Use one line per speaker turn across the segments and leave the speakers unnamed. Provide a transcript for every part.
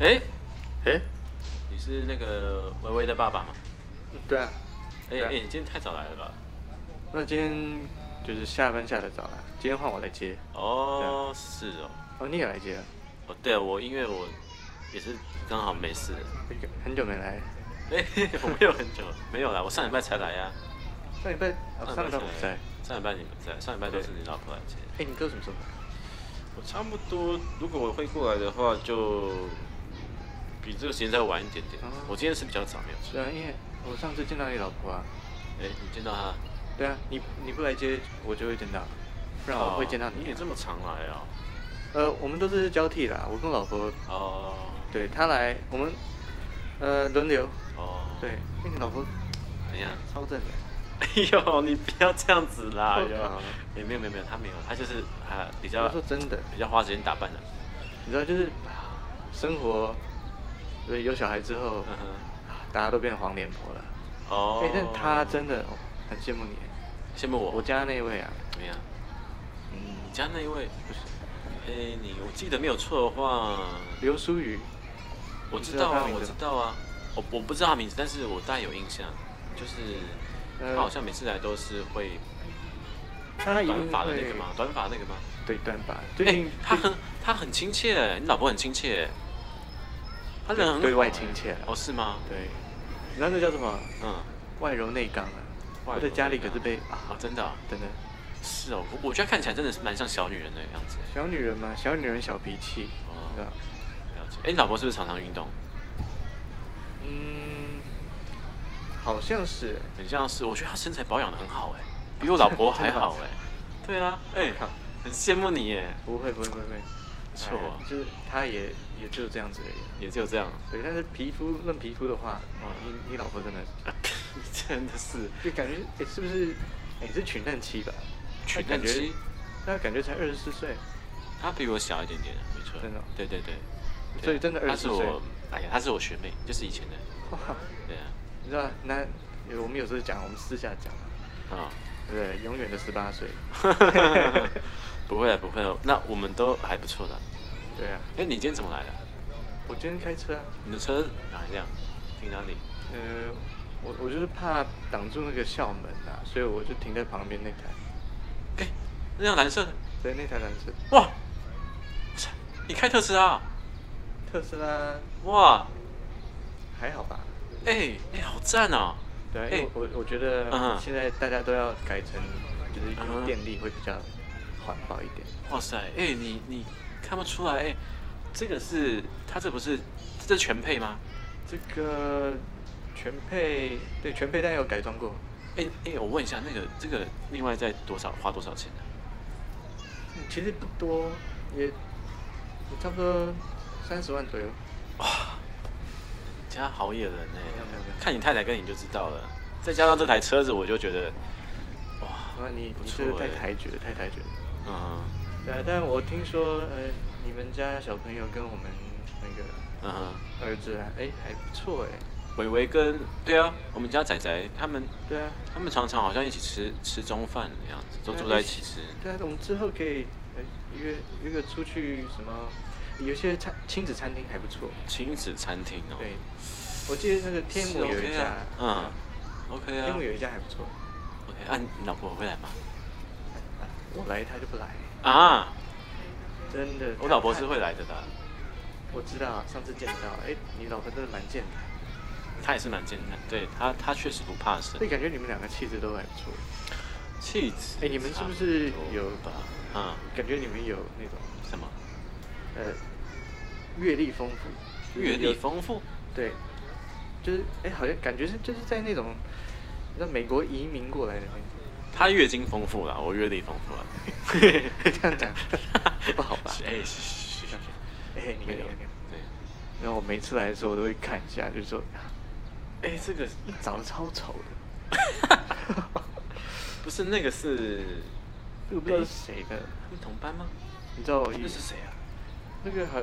哎，
哎，
你是那个微微的爸爸吗？
对啊，
哎
对啊
哎，你今天太早来了吧？
那今天就是下班下的早了，今天换我来接。
哦，是哦，
哦，你也来接啊？
哦，对，我因为我也是刚好没事。
很久很久没来，
哎， 我没有很久，没有啦，我上礼拜才来呀、
上礼拜哦，上礼
才
拜我
来
在。
上礼拜你不在，上礼拜都是你老婆来接。
哎，你哥什么时候来？
我差不多，如果我会过来的话，就比这个时间再晚一点点。
哦
我今天是比较早，没有错。
是啊，因为我上次见到你老婆啊。
哎，你见到他？
对啊，你你不来接我就会见到，不然我会见到
哦你
你
也
啊。
这么常来哦。
呃，我们都是交替啦，我跟我老婆，
哦
对她来，我们呃轮流。
哦，
对，因为你老婆
怎样？
超正的。
哎呦，你不要这样子啦！哎
我靠
呦，没有没有没有，他没有，他就是啊比较
我说真的，
比较花时间打扮的。
你知道就是生活，对，有小孩之后
嗯，哼，
大家都变黄脸婆了。
哦。
哎、但她真的、哦很羡慕你。
羡慕我，
我家那位啊，
怎么样？
嗯，
你家那一位不是？哎，你我记得没有错的话，
刘淑瑜，
我
你
知
知
道
道
啊
他，名
我
字
知
吗
道啊，我我不知道他名字，但是我大概有印象，就是
呃
他好像每次来都是会
她一
短
定
发的那
会
个嘛，短发那个嘛。
对短发，最
哎
近，
他很他很亲切，你老婆很亲切，他人很好
对对外
哎
亲切啊
哦，是吗？
对，你知道那叫什么？
嗯，
外柔内刚啊。我在家里可是被
哦
啊，，
真的哦、
真的
是哦，我我觉得看起来真的是蛮像小女人的样子。
小女人嘛，小女人小脾气，
哦
你知道？
了解。哎，你老婆是不是常常运动？
嗯，好像是。
很像是，我觉得她身材保养的很好哎，比我老婆还好 哎。对啊，哎
靠，
很羡慕你耶。
不会不会不会不会，
错啊
哎就是她也也就这样子而已。
也只有这样，
对，但是皮肤论皮肤的话，哦，你你老婆真的
真的是
就感觉，哎，是不是？哎，你是群嫩期吧？
群
她感
嫩
觉
期，
那感觉才二十四岁，
她比我小一点点，没错。
真的哦
对对对。
所以真的
对啊她
24
是我，哎呀，她是我学妹，就是以前的。
哇，
对啊，
你知道？那有我们有时候讲，我们私下讲，
啊、
对不对？永远的十八岁，
不会了，不会了，那我们都还不错的。
对啊。
哎，你今天怎么来的？
我今天开车啊，
你的车哪一辆？停哪里？
呃，我我就是怕挡住那个校门啊，所以我就停在旁边那台，
哎，那辆蓝色的，
对，那台蓝色
哇！塞你开特斯拉啊？
特斯拉，
哇！
还好吧？
哎哎，好赞啊！
对啊，因
哎
为我我我觉得
嗯
现在大家都要改成就是
嗯哼
用电力会比较环保一点。
哇塞！哎，你你看不出来？哎，这个是它这不是这是全配吗？
这个全配，对，全配但有改装过，
哎哎，我问一下，那个这个另外再多少花多少钱呢、啊
嗯其实不多，也也差不多三十万左右。
你家好野人哎、
没有没有没有
看你太太跟你就知道了。再加上这台车子，我就觉得，哇，
哇，你
不
你
错
这个太
欸
抬举了，太抬举了。
嗯
对啊，但我听说，呃，你们家小朋友跟我们那个
嗯哼，
儿子啊，哎，还不错哎。
伟伟跟对啊，我们家仔仔他们
对啊，
他们常常好像一起吃吃中饭的样子，都
对啊
住在一起吃。
对啊，我们之后可以呃约约个出去什么，有些餐亲子餐厅还不错。
亲子餐厅哦，
对，我记得那个天
是
母有
OK
一家，
啊，嗯，OK 啊
天母有一家还不错。
，OK 啊，你老婆会来吗？
啊我来他就不来，
啊，
真的。
我老婆是
她
会，来的啦，
我知道，上次见到，哎，你老婆真的蛮健谈，
她也是蛮健谈，对她她确实不怕生
哎所以，感觉你们两个气质都还不错。
气质。
哎你们是不是有
吧？嗯，
感觉你们有那种
什么？
呃阅历丰富，
阅历丰富。
对，就是哎，好像感觉是就是在那种，你知道美国移民过来的 那
他月经丰富了，我阅历丰富了。
种， 这样讲 不好吧？
哎，嘘嘘嘘嘘
哎，你看
没
你
有
看你看，
对，
然后我每次来的时候我都会看一下，就是说啊
哎，这个
长得超丑的，
不是那个是
这个不知道是谁的，
他们同班吗？
你知道我一
那是谁啊？
那个很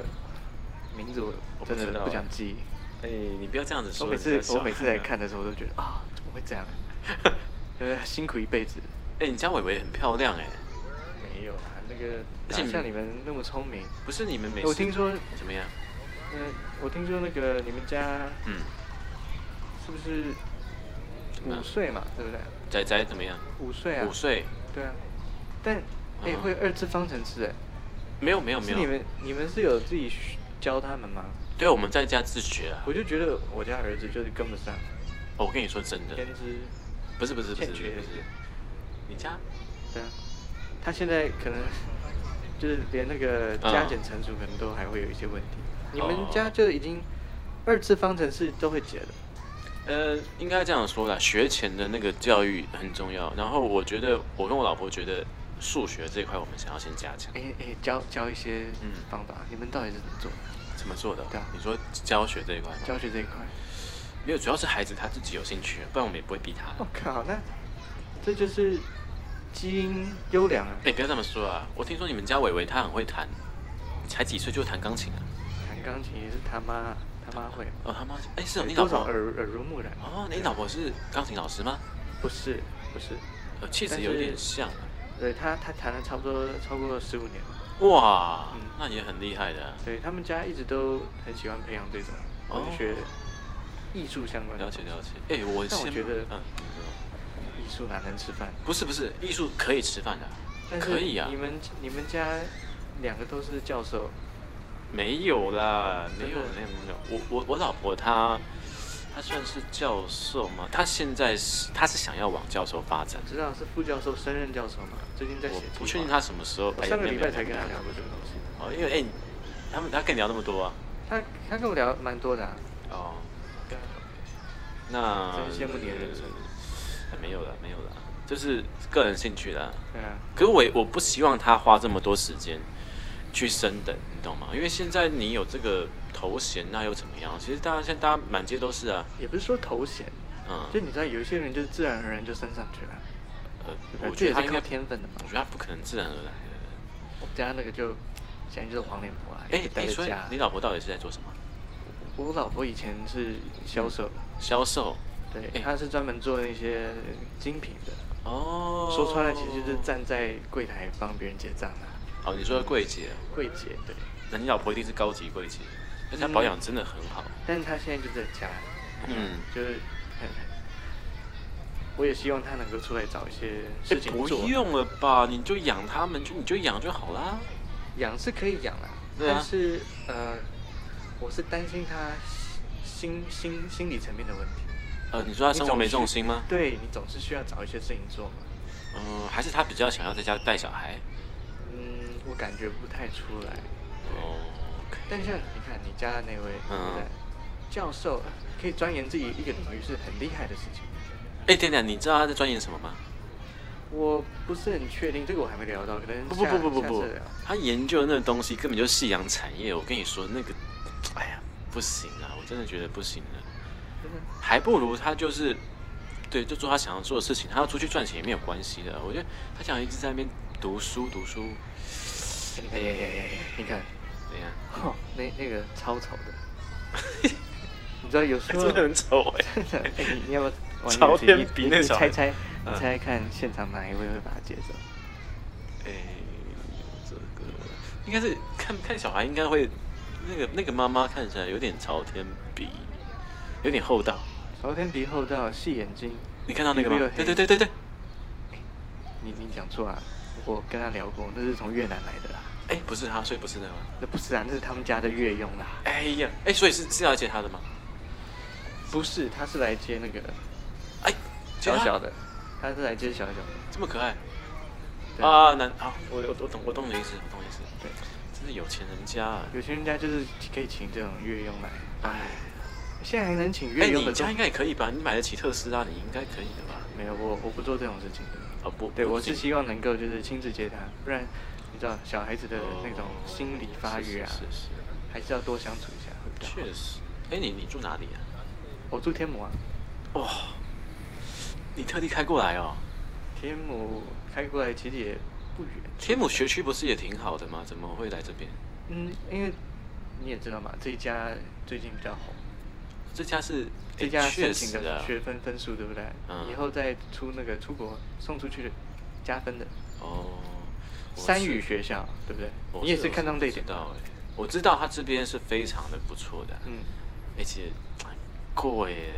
名字我
我不
真
知道
的不想
哎
记，
哎，你不要这样子
我
说。
每
你
次
在笑
我每次来看，的时候我都觉得啊怎么会这样，呃辛苦一辈子。
哎，你家伟伟很漂亮哎，
没有啊，那个
而且
哪
你
像你们那么聪明。
不是你们每次
我听说
怎么样？
呃，我听说那个你们家
嗯，
是不是
怎么
五
样
岁嘛，对不对？
仔仔怎么样？
五岁啊，
五，岁？
对啊。但哎、
嗯
会二次方程式哎、
没有没有哦没
是你
有，
们你们是有自己学教他们吗？
对，我们在家自学啊。
我就觉得我家儿子就是跟不上，
哦我跟你说真的，
天资，
不是不是不是
欠
不
缺
是，不是你家
对啊，他现在可能就是连那个
嗯
加减乘除可能都还会有一些问题。你
哦
们家就已经二次方程式都会解了，
呃，应该这样说啦，学前的那个教育很重要。然后我觉得，我跟我老婆觉得数学这一块我们想要先加强。
哎哎教教一些
嗯
方法，你们到底是怎么做的？
怎么做的
对啊？
你说教学这一块吗？
教学这一块，
因为主要是孩子他自己有兴趣，不然我们也不会逼他。
我、靠，那这就是基因优良啊！
哎、不要这么说啊！我听说你们家伟伟他很会弹，才几岁就弹钢琴啊？
弹钢琴也是他妈他妈会，
哦，他妈，哎、是哦，你老婆
多少耳耳濡目染。
哦，你老婆是钢琴老师吗？
不是不是，
呃，气
但
质有
是
点像啊。
对他他弹了差不多超过十五年了，
哇
嗯，
那也很厉害的啊、
对他们家一直都很喜欢培养这种
哦
文学、艺术相关的
了
东西。
解了解。哎、我
啊但我
先
觉得
嗯，你说
艺术哪能吃饭？
不是不是，艺术可以吃饭的啊、
但是
可以啊
你。们你们家两个都是教授，
没有啦，没有
真的
没有没有。我我我老婆她，她算是教授吗？她现在是她是想要往教授发展
我，知道是副教授、升任教授嘛？最近在
我
写。
不确定她。什么时候。
我
哎
上个
没
礼
有
拜
没有
才跟他聊过这个东西，
哦，因为哎、你他们他跟你聊那么多啊。
他他跟我聊蛮多的、啊。
哦，
对啊
那
真羡慕你的人生
呃没有了，没有了，就是个人兴趣啦。
对啊，
可是我也我不希望他花这么多时间去升等，你懂吗？因为现在你有这个头衔，那又怎么样？其实大家现在大家满街都是啊，
也不是说头衔，
嗯，
就你知道有一些人就是自然而然就升上去了，
呃，
对
我
这
觉
也
得
是
他应
靠
该，
天分的嘛
我。觉得他不可能自然而然的。
我们家那个就现在就是黄脸婆啊，一
哎
直待
哎，
在
所以
家。
你老婆到底是在做什么？
我老婆以前是销售，
销售
对，
哎
她是专门做那些精品的。
哦，
说穿了，其实就是站在柜台帮别人结账的、啊，
哦，你说的柜姐，
柜姐对。
那你老婆一定是高级柜姐，而且
嗯
她保养真的很好。
但是她现在就在家，
嗯，
就是很。我也希望她能够出来找一些
哎
事情
不
做。
用了吧？你就养他们，就你就养就好啦。
养是可以养啦，
对啊
但是呃，我是担心她心心心理层面的问题。
呃，你说她
你
生活
总
没
是
重心吗？
对你总是需要找一些事情做嘛。
嗯，还是她比较想要在家带小孩。
嗯，我感觉不太出来。
哦，OK，
但像你看你家的那位，
嗯
对教授可以钻研自己一个领域是很厉害的事情。
哎，等等，你知道她在钻研什么吗？
我不是很确定，这个我还没聊到，可能
不不
下
不不不
下
不
次聊，
她研究的那东西根本就是夕阳产业。我跟你说，那个，哎呀，不行啊，我真的觉得不行了。
真的
还不如他就是，对，就做他想要做的事情，他要出去赚钱也没有关系的。我觉得他想一直在那边读书读书，
哎你看，哎哎哎你看，
怎样？
哦，那那个超丑的，你知道有时候
真的很丑哎、
真的，哎你你要 不要玩
超
游戏？你
天比
你
那
你
小
猜
孩
猜，你
嗯
猜猜看现场哪一位会把它接走？
哎、这个应该是看看小孩应该会，那个那个妈妈看起来有点朝天鼻，有点厚道。
朝天鼻厚道，细眼睛，
你看到那个
鼻子
吗
又？黑
对对对对对。
你你讲错啊！我跟他聊过，那是从越南来的啦，
哎、不是他，所以不是那个吗。
那不是啊，那是他们家的越用啦。
哎呀，哎、所以是是要接他的吗？
不是，他是来接那个
哎、接
小
他
小的，他是来接小小的。
这么可爱
对，
啊！难啊，我我我懂我懂你的意思，我懂你的意思。
对，
真的有钱人家啊！
有些人家就是可以请这种越用来，
哎，
现在还能请
哎，
越用
你
的
家
做
应该也可以吧？你买得起特斯拉，你应该可以的吧？
没有，我我不做这种事情的。
哦不，
对，
不
我
行
是希望能够就是亲自接他，不然你知道小孩子的那种
哦
心理发育啊，
是是
还是要多相处一下会比
是，
较好。
确实。哎，你你住哪里啊？
我住天母啊，
哇，你特地开过来哦。
天母开过来其实也不远。
天母学区不是也挺好的吗？怎么会来这边？
嗯，因为你也知道嘛，这一家最近比较红，
这家是
这
哎
家申
确
请
实
的
啊。
学分分数对不对？
嗯
以后再出那个出国送出去的加分的
哦，我
三
是
语学校对不对
我？
你也
我哦
是看上这一点
知
的，
道哎，我我知道它这边是非常的不错的，
嗯，
而且哎贵耶。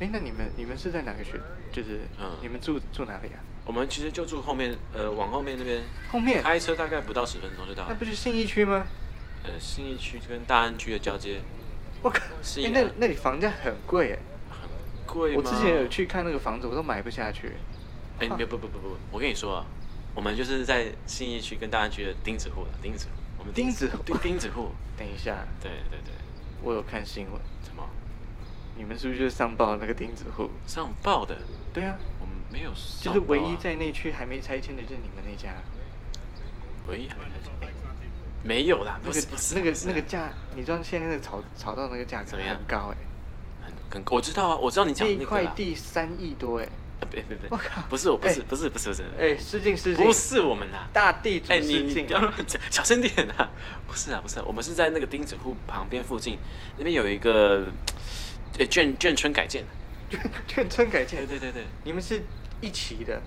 哎，那你们你们是在哪个学？就是
嗯
你们住住哪里啊？
我们其实就住后面，呃，往后面那边，
后面
开啊车大概不到十分钟就到
那
了。
不是信义区吗？
呃，信义区跟大安区的交接
我靠，
是
哎
宜
那
兰
那里房价很贵哎。
很啊贵吗？
我之前有去看那个房子，我都买不下去。啊
哎、不不不不不，我跟你说啊，我们就是在信义区跟大安区的钉子户了，钉子户，我们
钉子户
对钉子户，
等一下，
对对对，
我有看新闻，
什么
你们是不是就是上报那个钉子户？
上报的？
对啊，
我们没有
就
上
是
报啊
唯一在那区还没拆迁的就是你们那家，
唯一还没在哎没有啦，
那
不
个
是不是
那个
不是
那个价，你知道现在那个炒炒到那个价格
怎么样
很高哎，
很很我知道啊，我知道你
那
讲的
一
那个
块
啦，
地三亿多哎，
呃别别别，
我靠
不是我不是
哎
不是不是不是，
哎，失敬失敬，
不是我们啦。
大地主
哎、你
失
你
敬
不要乱讲， 小声点啊！不是啊，不是、啊，我们是在那个钉子户旁边附近，那边有一个呃眷眷村改建，
眷 眷村改
对
建，
对对对，
你们是一期的，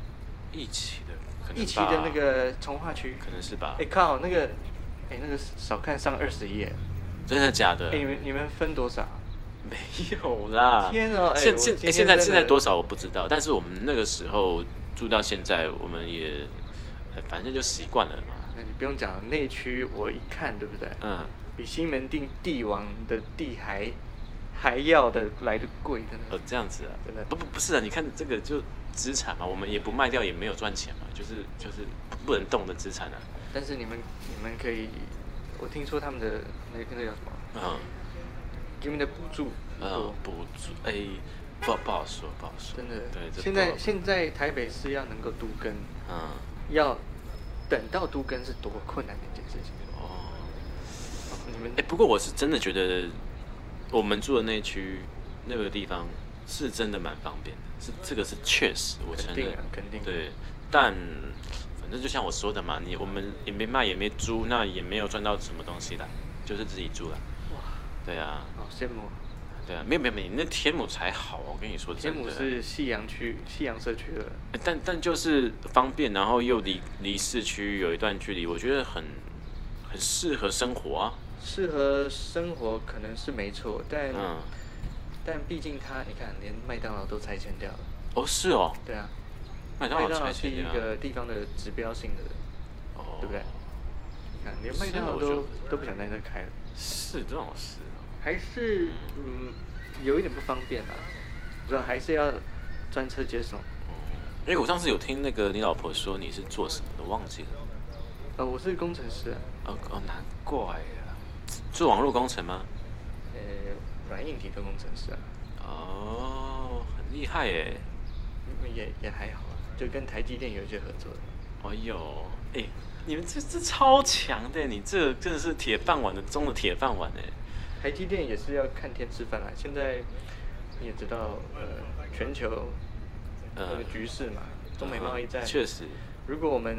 一起的，可能
一期的
吧
那个从化区，
可能是吧
哎？靠那个，哎那个少看上二十页，
真的假的？
哎你们你们分多少啊？
没有啦！
天啊哎
现现
我今
哎
天
现在
真的
现在多少我不知道，但是我们那个时候住到现在，我们也呃反正就习惯了嘛。
那你不用讲了，内区我一看，对不对？
嗯，
比西门町帝王的地还还要的来的贵，真的。
呃这样子啊
真的，
不不不是啊，你看这个就资产嘛，我们也不卖掉，也没有赚钱嘛，就是就是不能动的资产啊。
但是你们你们可以，我听说他们的那那个叫什么，
嗯
给你们的补助很
嗯补
多，，
助哎，不好不好说不好说，
哦真的。
对，这
现
不好
在现在台北市要能够都更，
嗯
要等到都更是多困难的一件事情。
哦。
你们
哎、不过我是真的觉得，我们住的那区那个地方是真的蛮方便的，是这个是确实，我承
肯
认
定啊，，肯定。
对，但反正就像我说的嘛，你我们也没卖也没租，那也没有赚到什么东西啦，就是自己住啦。
哇，
对啊，
好羡慕啊。
对啊，没有没有没有，你那天母才好，啊我跟你说
天
真
母
的。
是夕阳区夕阳社区的，
欸但但就是方便，然后又离离市区有一段距离，我觉得很很适合生活啊。
适合生活可能是没错，但、
嗯，
但毕竟它，你看，连麦当劳都拆迁掉了。
哦是哦，
对啊，
麦当劳拆
是
迁
一
掉了
个地方的指标性的，
哦，
对不对？你看，连
是啊
麦当劳
我觉
都
得
都不想在那开了，
是这种事哦、
还是嗯，有一点不方便吧？不知道还是要专车接送。
因哎为我上次有听那个你老婆说你是做什么的，忘记了。
呃，我是工程师、啊，
哦哦，难怪啊呀、做网络工程吗？
呃，软硬体的工程师啊，
哦，很厉害耶！
嗯也也还好啊，就跟台积电有一些合作的。
哎呦，哎、你们这这超强的，你这真的是铁饭碗的中的铁饭碗哎。
台积电也是要看天吃饭啦。啊现在你也知道，呃，全球
呃啊
那个局势嘛，中美贸易战，
确实，嗯
如果我们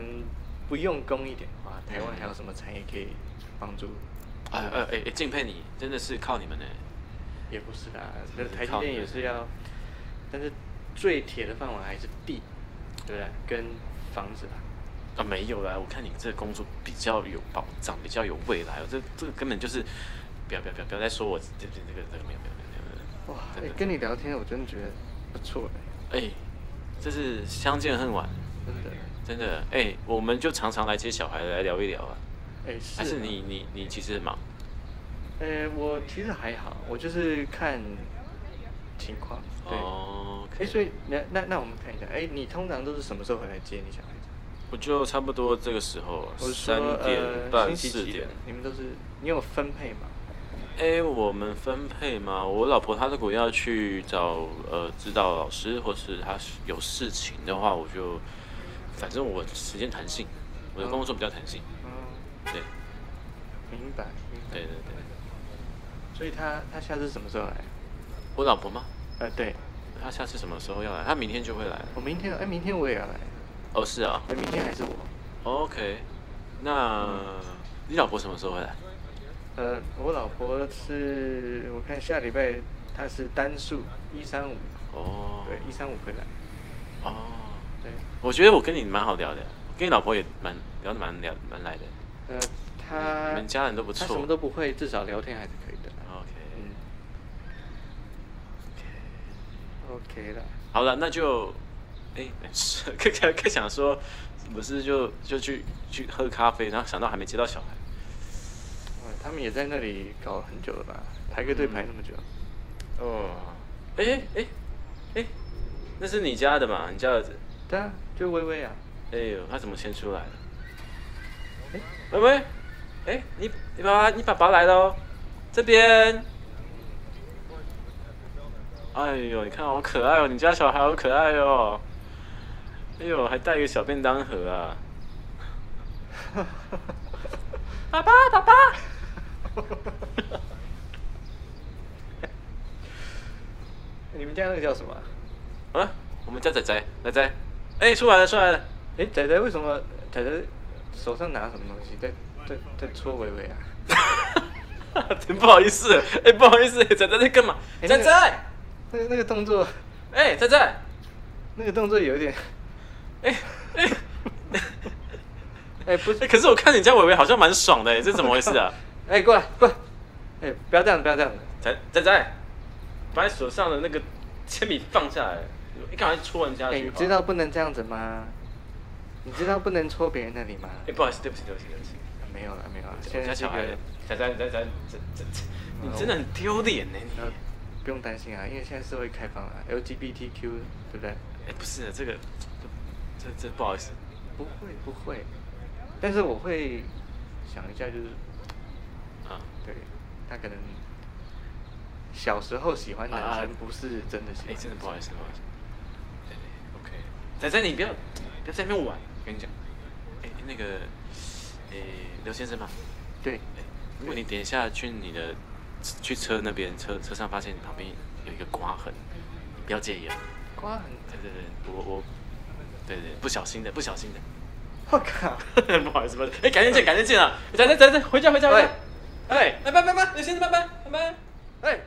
不用功一点的话，台湾还有什么产业可以帮助？
哎哎哎哎，敬佩你，真的是靠你们哎。
也不是啦，那台积
靠
电也是要，但是最铁的饭碗还是地，对不对？跟房子啦。
啊，没有啦，我看你这个工作比较有保障，比较有未来哦。这这个根本就是，不要不要不要不要再说我这这这个这个没有没有没有没有没有。
哇，
真
哎
的
跟你聊天我真的觉得不错哎，
哎、这是相见恨晚，
真的。
真的哎、我们就常常来接小孩来聊一聊啊。
哎，
还是
啊
你你你其实很忙，
呃，我其实还好，我就是看情况。对。
哦
哎、
，OK
所以那那那我们看一下，哎、你通常都是什么时候回来接你小孩子？
我就差不多这个时候
我是
三
说
点
呃、
半
星
四
期几的
点。
你们都是你有分配吗？
哎、我们分配嘛，我老婆她如果要去找呃指导老师，或是她是有事情的话，我就反正我时间弹性，我的工作比较弹性。
嗯，
对
明白明白。
对对对，
所以他他下次什么时候来？
我老婆吗？
呃，对，
她下次什么时候要来？她明天就会来。
我明天哎、明天我也要来，
哦，是啊。
哎、明天还是我，
OK，那
嗯
你老婆什么时候回来？
呃，我老婆是我看下礼拜她是单数一三五，
哦，
对，一三五回来，
哦，
对，
我觉得我跟你蛮好聊的，我跟你老婆也蛮聊得蛮聊蛮来的。
呃，他
你们家人都不错
他什么都不会，至少聊天还是可以的啦。
OK
嗯，OK 了。
好了，那就，哎、没事，可想 可想说，不是就就去去喝咖啡，然后想到还没接到小孩，
哇呃他们也在那里搞了很久了吧？排个队排那么久，
嗯哦，哎哎哎，那是你家的嘛？你家儿子，
对啊，就微 微啊，
哎呦，他怎么先出来了？喂喂，哎，你你爸爸你爸爸来了哦，这边。哎呦，你看好可爱哦，你家小孩好可爱哦。哎呦，还带一个小便当盒啊！ 爸爸，爸爸。
你们家那个叫什么啊？
啊，我们家仔仔，仔仔，哎，出来了，出来了。
哎，仔仔为什么仔仔手上拿什么东西在在在戳微微啊？
真不好意思，哎、不好意思，仔仔在干嘛？
哎
仔
那个
仔，哎、
那个那个动作，
仔仔，
那个动作有一点，
哎、哎、
哎，不是
哎，可是我看你家伟伟好像蛮爽的，哎这怎么回事啊？
哎，过来，过来，哎，不要这样，不要这样子。
仔仔仔，把你手上的那个铅笔放下来，你干嘛戳人家
哎、
的菊
你
花
知道？不能这样子吗？你知道不能戳别人那里吗？
哎、不好意思，对不起，对不起，对不起，
没有了，没有了，
我
现
家
在这
小
个
孩，仔仔，仔仔，这这这，你真的很丢脸呢，你。
呃不用担心啊，因为现在社会开放了，LGBTQ 对不对？
哎、不是这个，这这这不好意思，
不会不会，但是我会想一下，就是
啊。
对他可能小时候喜欢
啊
男生，不是真的喜欢、
哎、真的不好意思，不好意思。对，OK。仔仔，你不要不要在那边玩，我跟你讲。哎、那个，哎、刘先生嘛，
对，
哎、如果你等一下去你的去车那边，车车上发现你旁边有一个刮痕，你不要介意啊。
瓜很，
对对对，我我，对对，不小心的，不小心的。
我靠，
不好意思，不好意思。哎、改天见，改天见啊！仔仔，仔仔，回家，回家，回
喂
家。哎，拜拜拜拜，刘先生，拜拜，拜拜。
哎。